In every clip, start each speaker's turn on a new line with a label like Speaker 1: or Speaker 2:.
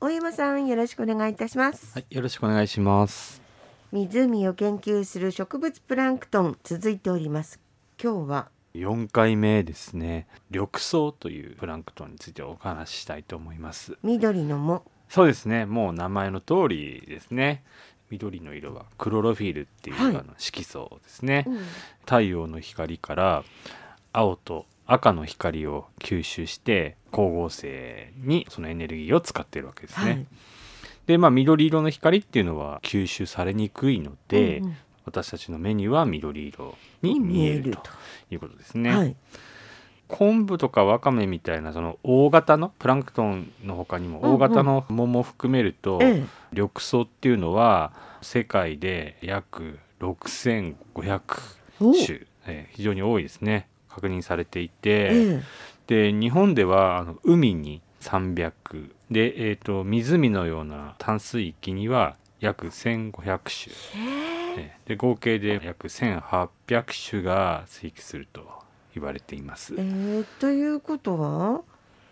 Speaker 1: 大山さんよろしくお願いいたします、
Speaker 2: はい、よろしくお願いします。
Speaker 1: 湖を研究する植物プランクトン続いております今日は
Speaker 2: 4回目ですね。緑藻というプランクトンについてお話ししたいと思います。
Speaker 1: 緑の藻
Speaker 2: そうですね。もう名前の通りですね。緑の色はクロロフィールっていう、
Speaker 1: はい
Speaker 2: あの色素ですね。太陽の光から青と赤の光を吸収して光合成にそのエネルギーを使っているわけですね。
Speaker 1: はい
Speaker 2: でまあ緑色の光っていうのは吸収されにくいので、
Speaker 1: うんうん
Speaker 2: 私たちの目には緑色に見えるということですね。
Speaker 1: はい
Speaker 2: 昆布とかわかめみたいなその大型のプランクトンの他に
Speaker 1: うんうん
Speaker 2: も大型の藻も含めると、
Speaker 1: ええ
Speaker 2: 緑藻っていうのは世界で約6500
Speaker 1: お
Speaker 2: 種、えー非常に多いですね確認されていて。
Speaker 1: ええ
Speaker 2: で日本ではあの海に300で、えー、と湖のような淡水域には約1500種、えーで合計で約1800種が生息すると言われています
Speaker 1: え。ーということは、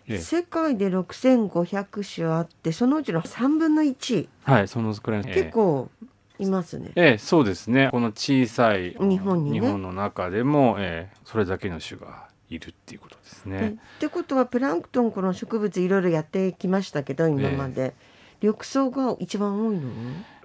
Speaker 2: えー
Speaker 1: 世界で6500種あってそのうちの3分の1、
Speaker 2: はいそのくらいの、えー
Speaker 1: 結構いますね。
Speaker 2: えーそうですねこの小さい
Speaker 1: 日本にね
Speaker 2: の中でも、えーそれだけの種がいるっていうことです
Speaker 1: えっ
Speaker 2: ね。
Speaker 1: てことはプランクトンこの植物いろいろやってきましたけど今まで、緑藻が一番多いの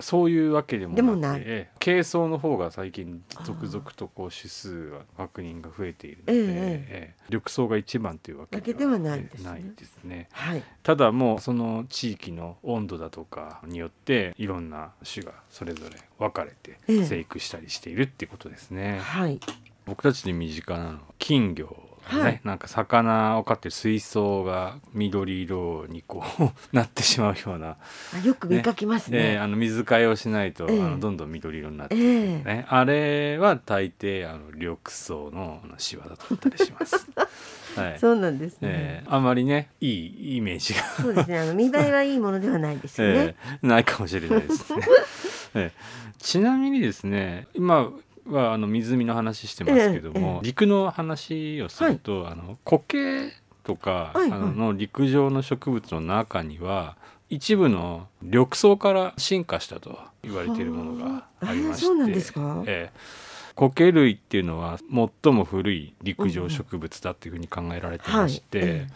Speaker 2: そういうわけでも
Speaker 1: でも
Speaker 2: な
Speaker 1: な
Speaker 2: く
Speaker 1: い
Speaker 2: て、えー珪藻の方が最近続々とこう種数が確認が増えているので、
Speaker 1: ええ
Speaker 2: えー緑藻が一番というわけ
Speaker 1: わけではないんです
Speaker 2: えー
Speaker 1: ね
Speaker 2: ないですね。
Speaker 1: はい、
Speaker 2: ただもうその地域の温度だとかによっていろんな種がそれぞれ分かれて
Speaker 1: ええ
Speaker 2: 生育したりしているってことですね。
Speaker 1: はい、
Speaker 2: 僕たちに身近なのは金魚ね、
Speaker 1: はい
Speaker 2: なんか魚を飼ってる水槽が緑色にこう なってしまうような
Speaker 1: あよく見かけます
Speaker 2: ええ
Speaker 1: ね。
Speaker 2: あの水替えをしないと、
Speaker 1: ええ
Speaker 2: あのどんどん緑色になって、ね
Speaker 1: ええ
Speaker 2: あれは大抵あの緑藻のあの仕業だったり します。はい
Speaker 1: そうなんですね
Speaker 2: え。えあまりねいいイメージが、
Speaker 1: そうですね。 あの見栄えはいいものではないですよね。
Speaker 2: ええないかもしれないで すね、ええちなみにですね今はあの湖の話してますけど
Speaker 1: えええ
Speaker 2: も、
Speaker 1: え
Speaker 2: 陸の話をすると、あの苔と
Speaker 1: は
Speaker 2: か、
Speaker 1: いはい
Speaker 2: あのの陸上の植物の中には一部の緑藻から進化したと言われているものがありまして
Speaker 1: あーそうなんですか
Speaker 2: ええ苔類っていうのは最も古い陸上植物だっていうふうに考えられてまし
Speaker 1: う
Speaker 2: て、
Speaker 1: んうんはいえ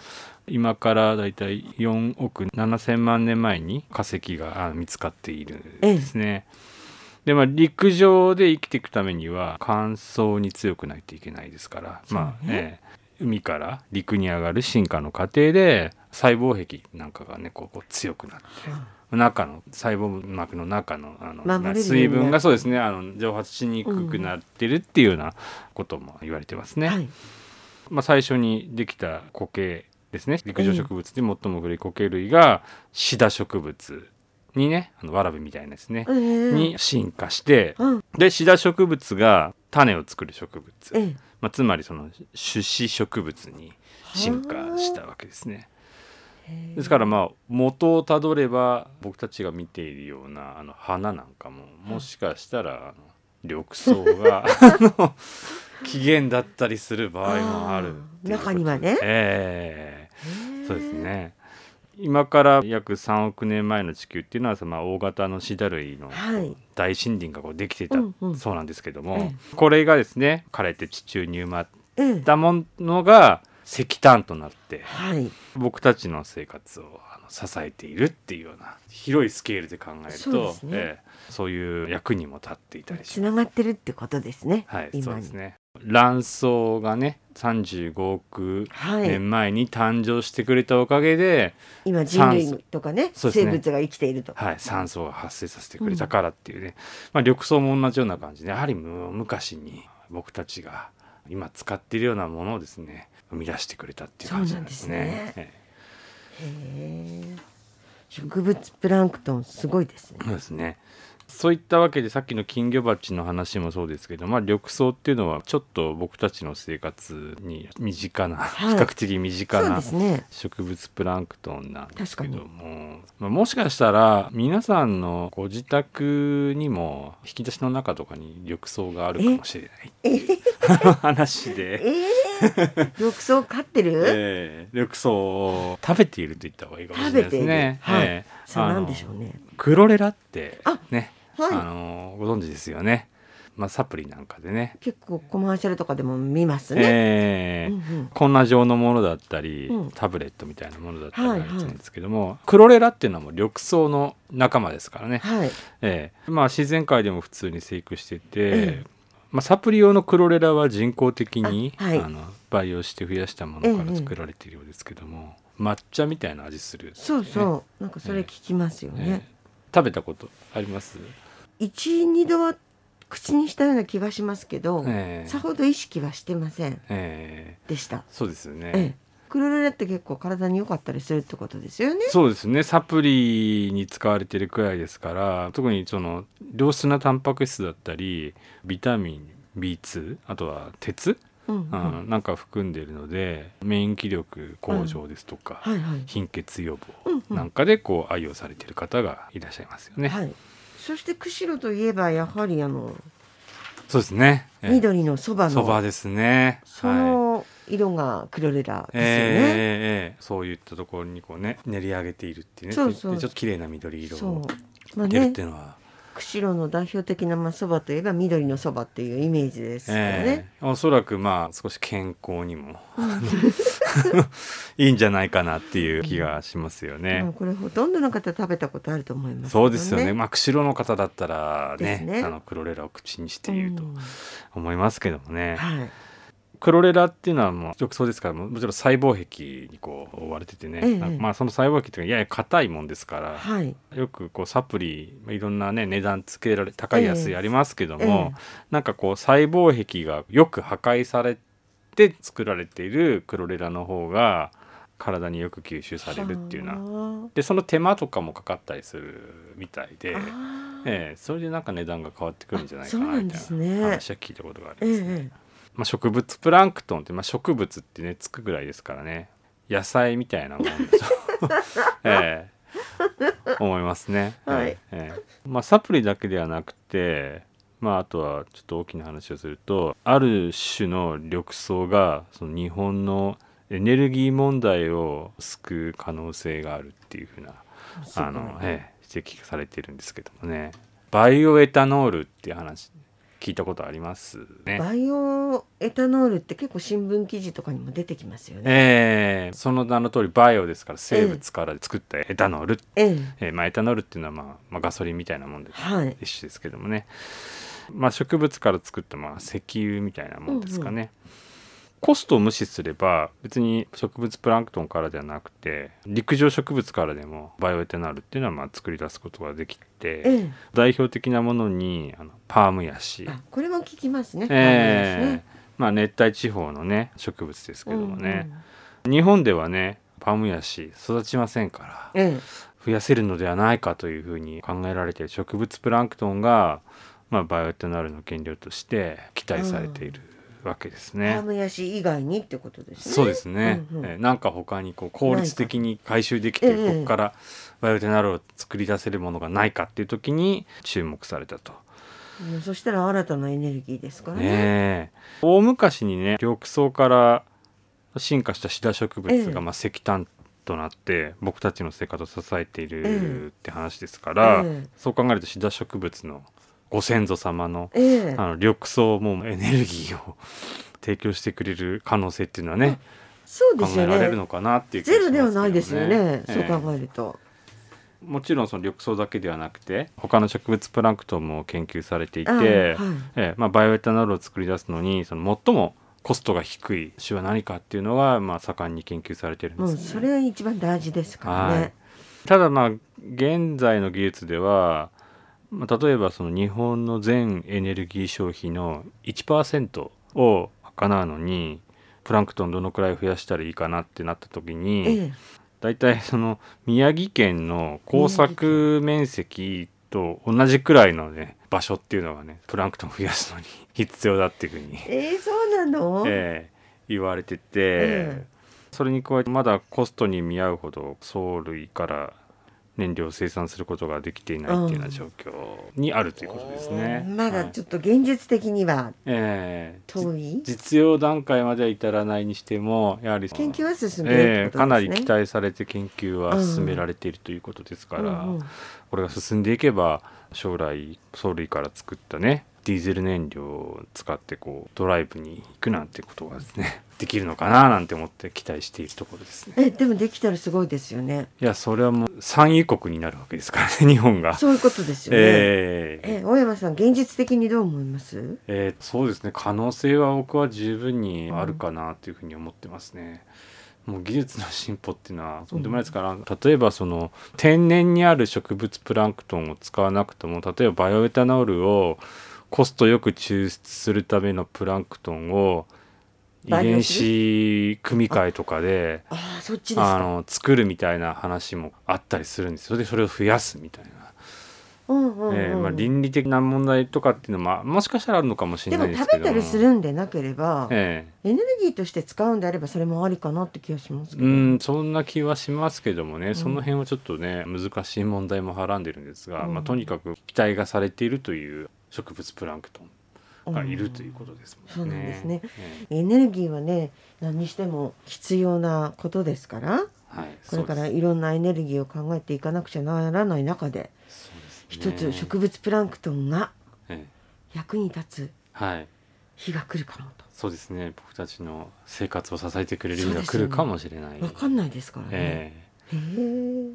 Speaker 2: 今からだいたい4億7,000万年前に化石があ見つかっているんですね。でまあ、陸上で生きていくためには乾燥に強くないといけないですから、まあ
Speaker 1: そうね
Speaker 2: ええ海から陸に上がる進化の過程で細胞壁なんかがねこうこう強くなって
Speaker 1: は
Speaker 2: 中の細胞膜の中のあの、
Speaker 1: 守れるようになる
Speaker 2: 水分がそうですねあの蒸発しにくくなってるっていうようなことも言われてますね。
Speaker 1: はい。
Speaker 2: まあ、最初にできた苔ですね陸上植物で最も古い苔類がシダ植物にねあのわらびみたいなですね、
Speaker 1: ええ
Speaker 2: に進化して
Speaker 1: うん。
Speaker 2: でシダ植物が種を作る植物、
Speaker 1: ええ
Speaker 2: まあ、つまりその種子植物に進化したわけですね。ですからまあ元をたどれば僕たちが見ているようなあの花なんかももしかしたらあの緑藻 があの起源だったりする場合もあるっていうこと
Speaker 1: 中にはね
Speaker 2: ええそうですね。今から約3億年前の地球っていうのはそのまあ大型のシダ類の
Speaker 1: はい
Speaker 2: 大森林がこうできてた
Speaker 1: うんうん
Speaker 2: そうなんですけども、
Speaker 1: え
Speaker 2: これがですね枯れて地中に埋まっ
Speaker 1: ええ
Speaker 2: たものが石炭となって
Speaker 1: はい。
Speaker 2: 僕たちの生活をあの支えているっていうような広いスケールで考える
Speaker 1: そ
Speaker 2: と
Speaker 1: うですね
Speaker 2: ええそういう役にも立っていたりし
Speaker 1: つ
Speaker 2: ます。
Speaker 1: ながってるってことですね。
Speaker 2: はい、そう
Speaker 1: 今
Speaker 2: で
Speaker 1: に
Speaker 2: す。ね卵巣がね35億
Speaker 1: はい。
Speaker 2: 年前に誕生してくれたおかげで、
Speaker 1: 今人類とかね
Speaker 2: そう
Speaker 1: 生
Speaker 2: ですね
Speaker 1: 物が生きていると。
Speaker 2: はい、酸素が発生させてくれたからっていうね、まあ、緑藻も同じような感じでやはりむ昔に僕たちが今使っているようなものをですね生み出してくれたっていう感じなんです
Speaker 1: そうなん
Speaker 2: ね
Speaker 1: で。す
Speaker 2: ええ
Speaker 1: へえ植物プランクトンすごいですね。
Speaker 2: そうですね。そういったわけでさっきの金魚鉢の話もそうですけど、まあ、緑藻っていうのはちょっと僕たちの生活に身近な、
Speaker 1: はい
Speaker 2: 比較的身近
Speaker 1: そう
Speaker 2: な
Speaker 1: ですね。
Speaker 2: 植物プランクトンなんですけども、まあ、もしかしたら皆さんのご自宅にも引き出しの中とかに緑藻があるかもしれないっていう 話で
Speaker 1: ええ 緑草飼ってる？
Speaker 2: えー緑草を食べていると言った方がいいかもし
Speaker 1: 食べ
Speaker 2: れないで
Speaker 1: てい
Speaker 2: す
Speaker 1: る。
Speaker 2: ね。
Speaker 1: はい。
Speaker 2: えー
Speaker 1: さあ
Speaker 2: あ
Speaker 1: な
Speaker 2: の
Speaker 1: んでしょうね。
Speaker 2: クロレラって
Speaker 1: あ
Speaker 2: ね、
Speaker 1: はい
Speaker 2: あのご存知ですよね。まあサプリなんかでね。
Speaker 1: 結構コマーシャルとかでも見ますね。
Speaker 2: えー
Speaker 1: うんうん
Speaker 2: こんな状のものだったり、
Speaker 1: うん
Speaker 2: タブレットみたいなものだったりあ
Speaker 1: はい
Speaker 2: る
Speaker 1: はい
Speaker 2: んですけども、クロレラっていうのはもう緑草の仲間ですからね、
Speaker 1: はい。
Speaker 2: ええまあ、自然界でも普通に生育してて、
Speaker 1: え
Speaker 2: まあ、サプリ用のクロレラは人工的に
Speaker 1: あ
Speaker 2: あ、
Speaker 1: はい
Speaker 2: の培養して増やしたものか
Speaker 1: え
Speaker 2: ら
Speaker 1: え
Speaker 2: 作られているようですけども、抹茶みたいな味する、
Speaker 1: そうそう。なんかそれ聞きますよ
Speaker 2: ええ
Speaker 1: ね。
Speaker 2: 食べたことあります、
Speaker 1: 一二度は口にしたような気がしますけど、
Speaker 2: ええ
Speaker 1: さほど意識はしてません
Speaker 2: ええ
Speaker 1: でした。
Speaker 2: そうですよね、
Speaker 1: ええ。クロレラって結構体に良かったりするってことですよね。
Speaker 2: そうですねサプリに使われてるくらいですから特にその良質なタンパク質だったりビタミン B2 あとは鉄、
Speaker 1: うんうん。
Speaker 2: うんなんか含んでいるので免疫力向上ですとか、
Speaker 1: はいはい。
Speaker 2: 貧血予
Speaker 1: うんう
Speaker 2: 防
Speaker 1: ん
Speaker 2: なんかでこう愛用されている方がいらっしゃいますよね。
Speaker 1: はい。そして釧路といえばやはりあの
Speaker 2: そうですね。ええ
Speaker 1: 緑のそばの
Speaker 2: そばですね。
Speaker 1: その色がクロレラ
Speaker 2: え
Speaker 1: ですよね。
Speaker 2: えええええそういったところにこうね練り上げているっていうね
Speaker 1: そうそう
Speaker 2: でちょっと綺麗な緑色
Speaker 1: そ
Speaker 2: を
Speaker 1: う。まあ
Speaker 2: 出るっ
Speaker 1: ね
Speaker 2: て、いうのは、
Speaker 1: 釧路の代表的なまあそばといえば緑のそばっていうイメージですよ
Speaker 2: え
Speaker 1: ね。
Speaker 2: えおそらくまあ少し健康にも いいんじゃないかなっていう気がしますよ
Speaker 1: まあ
Speaker 2: ね。
Speaker 1: これほとんどの方食べたことあると思いますけど
Speaker 2: そうですよね。まあ釧路の方だったら
Speaker 1: で
Speaker 2: ね
Speaker 1: すね
Speaker 2: あのクロレラを口にしていると
Speaker 1: うん
Speaker 2: 思いますけどもね、
Speaker 1: はい。
Speaker 2: クロレラっていうのはもう直草ですからももちろん細胞壁にこう覆われててね、
Speaker 1: ええ
Speaker 2: なんかまあその細胞壁っていうのはやや硬いもんですから、
Speaker 1: はい。
Speaker 2: よくこうサプリまあいろんなね値段つけられ高
Speaker 1: え
Speaker 2: い
Speaker 1: え
Speaker 2: 安いありますけども、
Speaker 1: ええ
Speaker 2: なんかこう細胞壁がよく破壊されて作られているクロレラの方が体によく吸収されるっていうな
Speaker 1: は
Speaker 2: でその手間とかもかかったりするみたいで
Speaker 1: あ。、ああ
Speaker 2: ええ、それでなんか値段が変わってくるんじゃな
Speaker 1: あ
Speaker 2: いか
Speaker 1: そうな
Speaker 2: なんみ
Speaker 1: で
Speaker 2: たい
Speaker 1: すね
Speaker 2: な話は聞いたことがあり
Speaker 1: え
Speaker 2: ま
Speaker 1: え
Speaker 2: すね。
Speaker 1: ええ
Speaker 2: まあ、植物プランクトンって、まあ、植物ってねつくぐらいですからね野菜みたいなもんでしょ、ええ思いますね、
Speaker 1: はい
Speaker 2: ええまあ、サプリだけではなくて、まあ、あとはちょっと大きな話をするとある種の緑藻がその日本のエネルギー問題を救う可能性があるっていうふうな
Speaker 1: すごい
Speaker 2: あの、ええ指摘されてるんですけどもねバイオエタノールっていう話聞いたことありますね。
Speaker 1: バイオエタノールって結構新聞記事とかにも出てきますよね。
Speaker 2: えーその名の通りバイオですから生物から作ったエタノール、
Speaker 1: ええ
Speaker 2: えーまあ、エタノールっていうのは、まあまあガソリンみたいなもんで
Speaker 1: はい。
Speaker 2: 一種ですけどもね、まあ、植物から作った、まあ、石油みたいなもんですかね、コストを無視すれば別に植物プランクトンからではなくて陸上植物からでもバイオエタノールっていうのは、まあ、作り出すことができて、
Speaker 1: ええ
Speaker 2: 代表的なものにあのパームヤシ、
Speaker 1: あこれも聞きますね。
Speaker 2: えーまあ、熱帯地方のね植物ですけどもね、日本ではねパムヤシ育ちませんか
Speaker 1: え
Speaker 2: ら
Speaker 1: えええ
Speaker 2: 増やせるのではないかというふうに考えられている植物プランクトンが、まあ、バイオエタノールの原料として期待されているわけですね。
Speaker 1: ハムヤシ以外にってことですね。
Speaker 2: そうですね、
Speaker 1: うんうん
Speaker 2: えーなんか他にこう効率的に回収できて
Speaker 1: ないか
Speaker 2: ここからバイオエタノールを作り出せるものがないかっていう時に注目されたと。
Speaker 1: もうそしたら新たなエネルギーですからね。
Speaker 2: ねえ大昔にね緑草から進化したシダ植物
Speaker 1: ええ
Speaker 2: がまあ石炭となって僕たちの生活を支えてい
Speaker 1: ええ
Speaker 2: るって話ですから、
Speaker 1: ええ
Speaker 2: そう考えるとシダ植物のご先祖様の
Speaker 1: ええ
Speaker 2: あの緑草もエネルギーを 提供してくれる可能性っていうのはね
Speaker 1: そうで
Speaker 2: 考
Speaker 1: す
Speaker 2: え
Speaker 1: よ
Speaker 2: られる
Speaker 1: ね。
Speaker 2: のかなっていう気が
Speaker 1: ゼ
Speaker 2: しま
Speaker 1: ロ
Speaker 2: すけ
Speaker 1: で
Speaker 2: ど
Speaker 1: はないですよね。
Speaker 2: ええ
Speaker 1: そう考えると。
Speaker 2: もちろんその緑藻だけではなくて他の植物プランクトンも研究されていて、
Speaker 1: ああはい
Speaker 2: ええまあ、バイオエタノールを作り出すのにその最もコストが低い種は何かっていうのが、まあ、盛んに研究されてるん
Speaker 1: も
Speaker 2: で
Speaker 1: う
Speaker 2: す
Speaker 1: それが一番大事ですからね。
Speaker 2: ただまあ現在の技術では、まあ、例えばその日本の全エネルギー消費の1%を賄うのにプランクトンどのくらい増やしたらいいかなってなった時に、
Speaker 1: ええ
Speaker 2: 大体その宮城県の耕作面積と同じくらいのね場所っていうのがねプランクトンを増やすのに 必要だっていうふうに、
Speaker 1: ええそうなの。
Speaker 2: えー言われてて、
Speaker 1: え
Speaker 2: それに加えてまだコストに見合うほど藻類から燃料を生産することができていないっていうような状況にあるということですね。
Speaker 1: まだ
Speaker 2: はい
Speaker 1: ちょっと現実的には
Speaker 2: ええ
Speaker 1: 遠い、
Speaker 2: 実用段階までは至らないにしてもやはり
Speaker 1: 研究は進んでい
Speaker 2: え
Speaker 1: る
Speaker 2: え
Speaker 1: ってこ
Speaker 2: か
Speaker 1: と
Speaker 2: な
Speaker 1: です
Speaker 2: り
Speaker 1: ね。
Speaker 2: 期待されて研究は進められているということですから、
Speaker 1: うんうん
Speaker 2: これが進んでいけば将来ソウルから作ったねディーゼル燃料を使ってこうドライブに行くなんてことがですね できるのかななんて思って期待しているところですね。
Speaker 1: えでもできたらすごいですよね。
Speaker 2: いやそれはもう産油国になるわけですからね日本が。
Speaker 1: そういうことですよね。
Speaker 2: ええ
Speaker 1: え大山さん現実的にどう思います？
Speaker 2: えーそうですね可能性は僕は十分にあるかなというふうに思ってますね。もう技術の進歩っていうのはとんでもないですから、例えばその天然にある植物プランクトンを使わなくても例えばバイオエタノールをコストよく抽出するためのプランクトンを遺
Speaker 1: 培養
Speaker 2: 伝
Speaker 1: す
Speaker 2: 子組み換えとかで
Speaker 1: ああそっちです
Speaker 2: あ
Speaker 1: か。
Speaker 2: の作るみたいな話もあったりするんですよでそれを増やすみたいな。
Speaker 1: うんうんうん。
Speaker 2: えーまあ、倫理的な問題とかっていうのはもしかしたらあるのかもし
Speaker 1: で
Speaker 2: れな
Speaker 1: も
Speaker 2: いです
Speaker 1: 食
Speaker 2: け
Speaker 1: べ
Speaker 2: ど
Speaker 1: たりするんでなければ、
Speaker 2: え
Speaker 1: エネルギーとして使うんであればそれもありかなって気がします
Speaker 2: え
Speaker 1: けど。
Speaker 2: うんそんな気はしますけどもね、その辺はちょっとね難しい問題もはらんでるんですが、
Speaker 1: うん
Speaker 2: まあ、とにかく期待がされているという植物プランクトンがいるということですもんね。
Speaker 1: うんそうなんですね
Speaker 2: ええ
Speaker 1: エネルギーはね何にしても必要なことですから
Speaker 2: はい、
Speaker 1: これから
Speaker 2: そう
Speaker 1: いろんなエネルギーを考えていかなくちゃならない中で
Speaker 2: です
Speaker 1: 一
Speaker 2: ね
Speaker 1: つ植物プランクトンが
Speaker 2: ええ
Speaker 1: 役に立つ
Speaker 2: はい
Speaker 1: 日が来るかも
Speaker 2: そうですね僕たちの生活を支えてくれる
Speaker 1: そう
Speaker 2: 日
Speaker 1: ですよ
Speaker 2: が
Speaker 1: ね
Speaker 2: 来るかもしれない。
Speaker 1: と分かんないですからね。
Speaker 2: ええ
Speaker 1: へ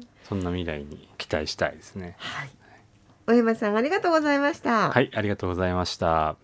Speaker 1: え
Speaker 2: そんな未来に期待したいですね。
Speaker 1: はい。小山さんありがとうございました。
Speaker 2: はい、ありがとうございました。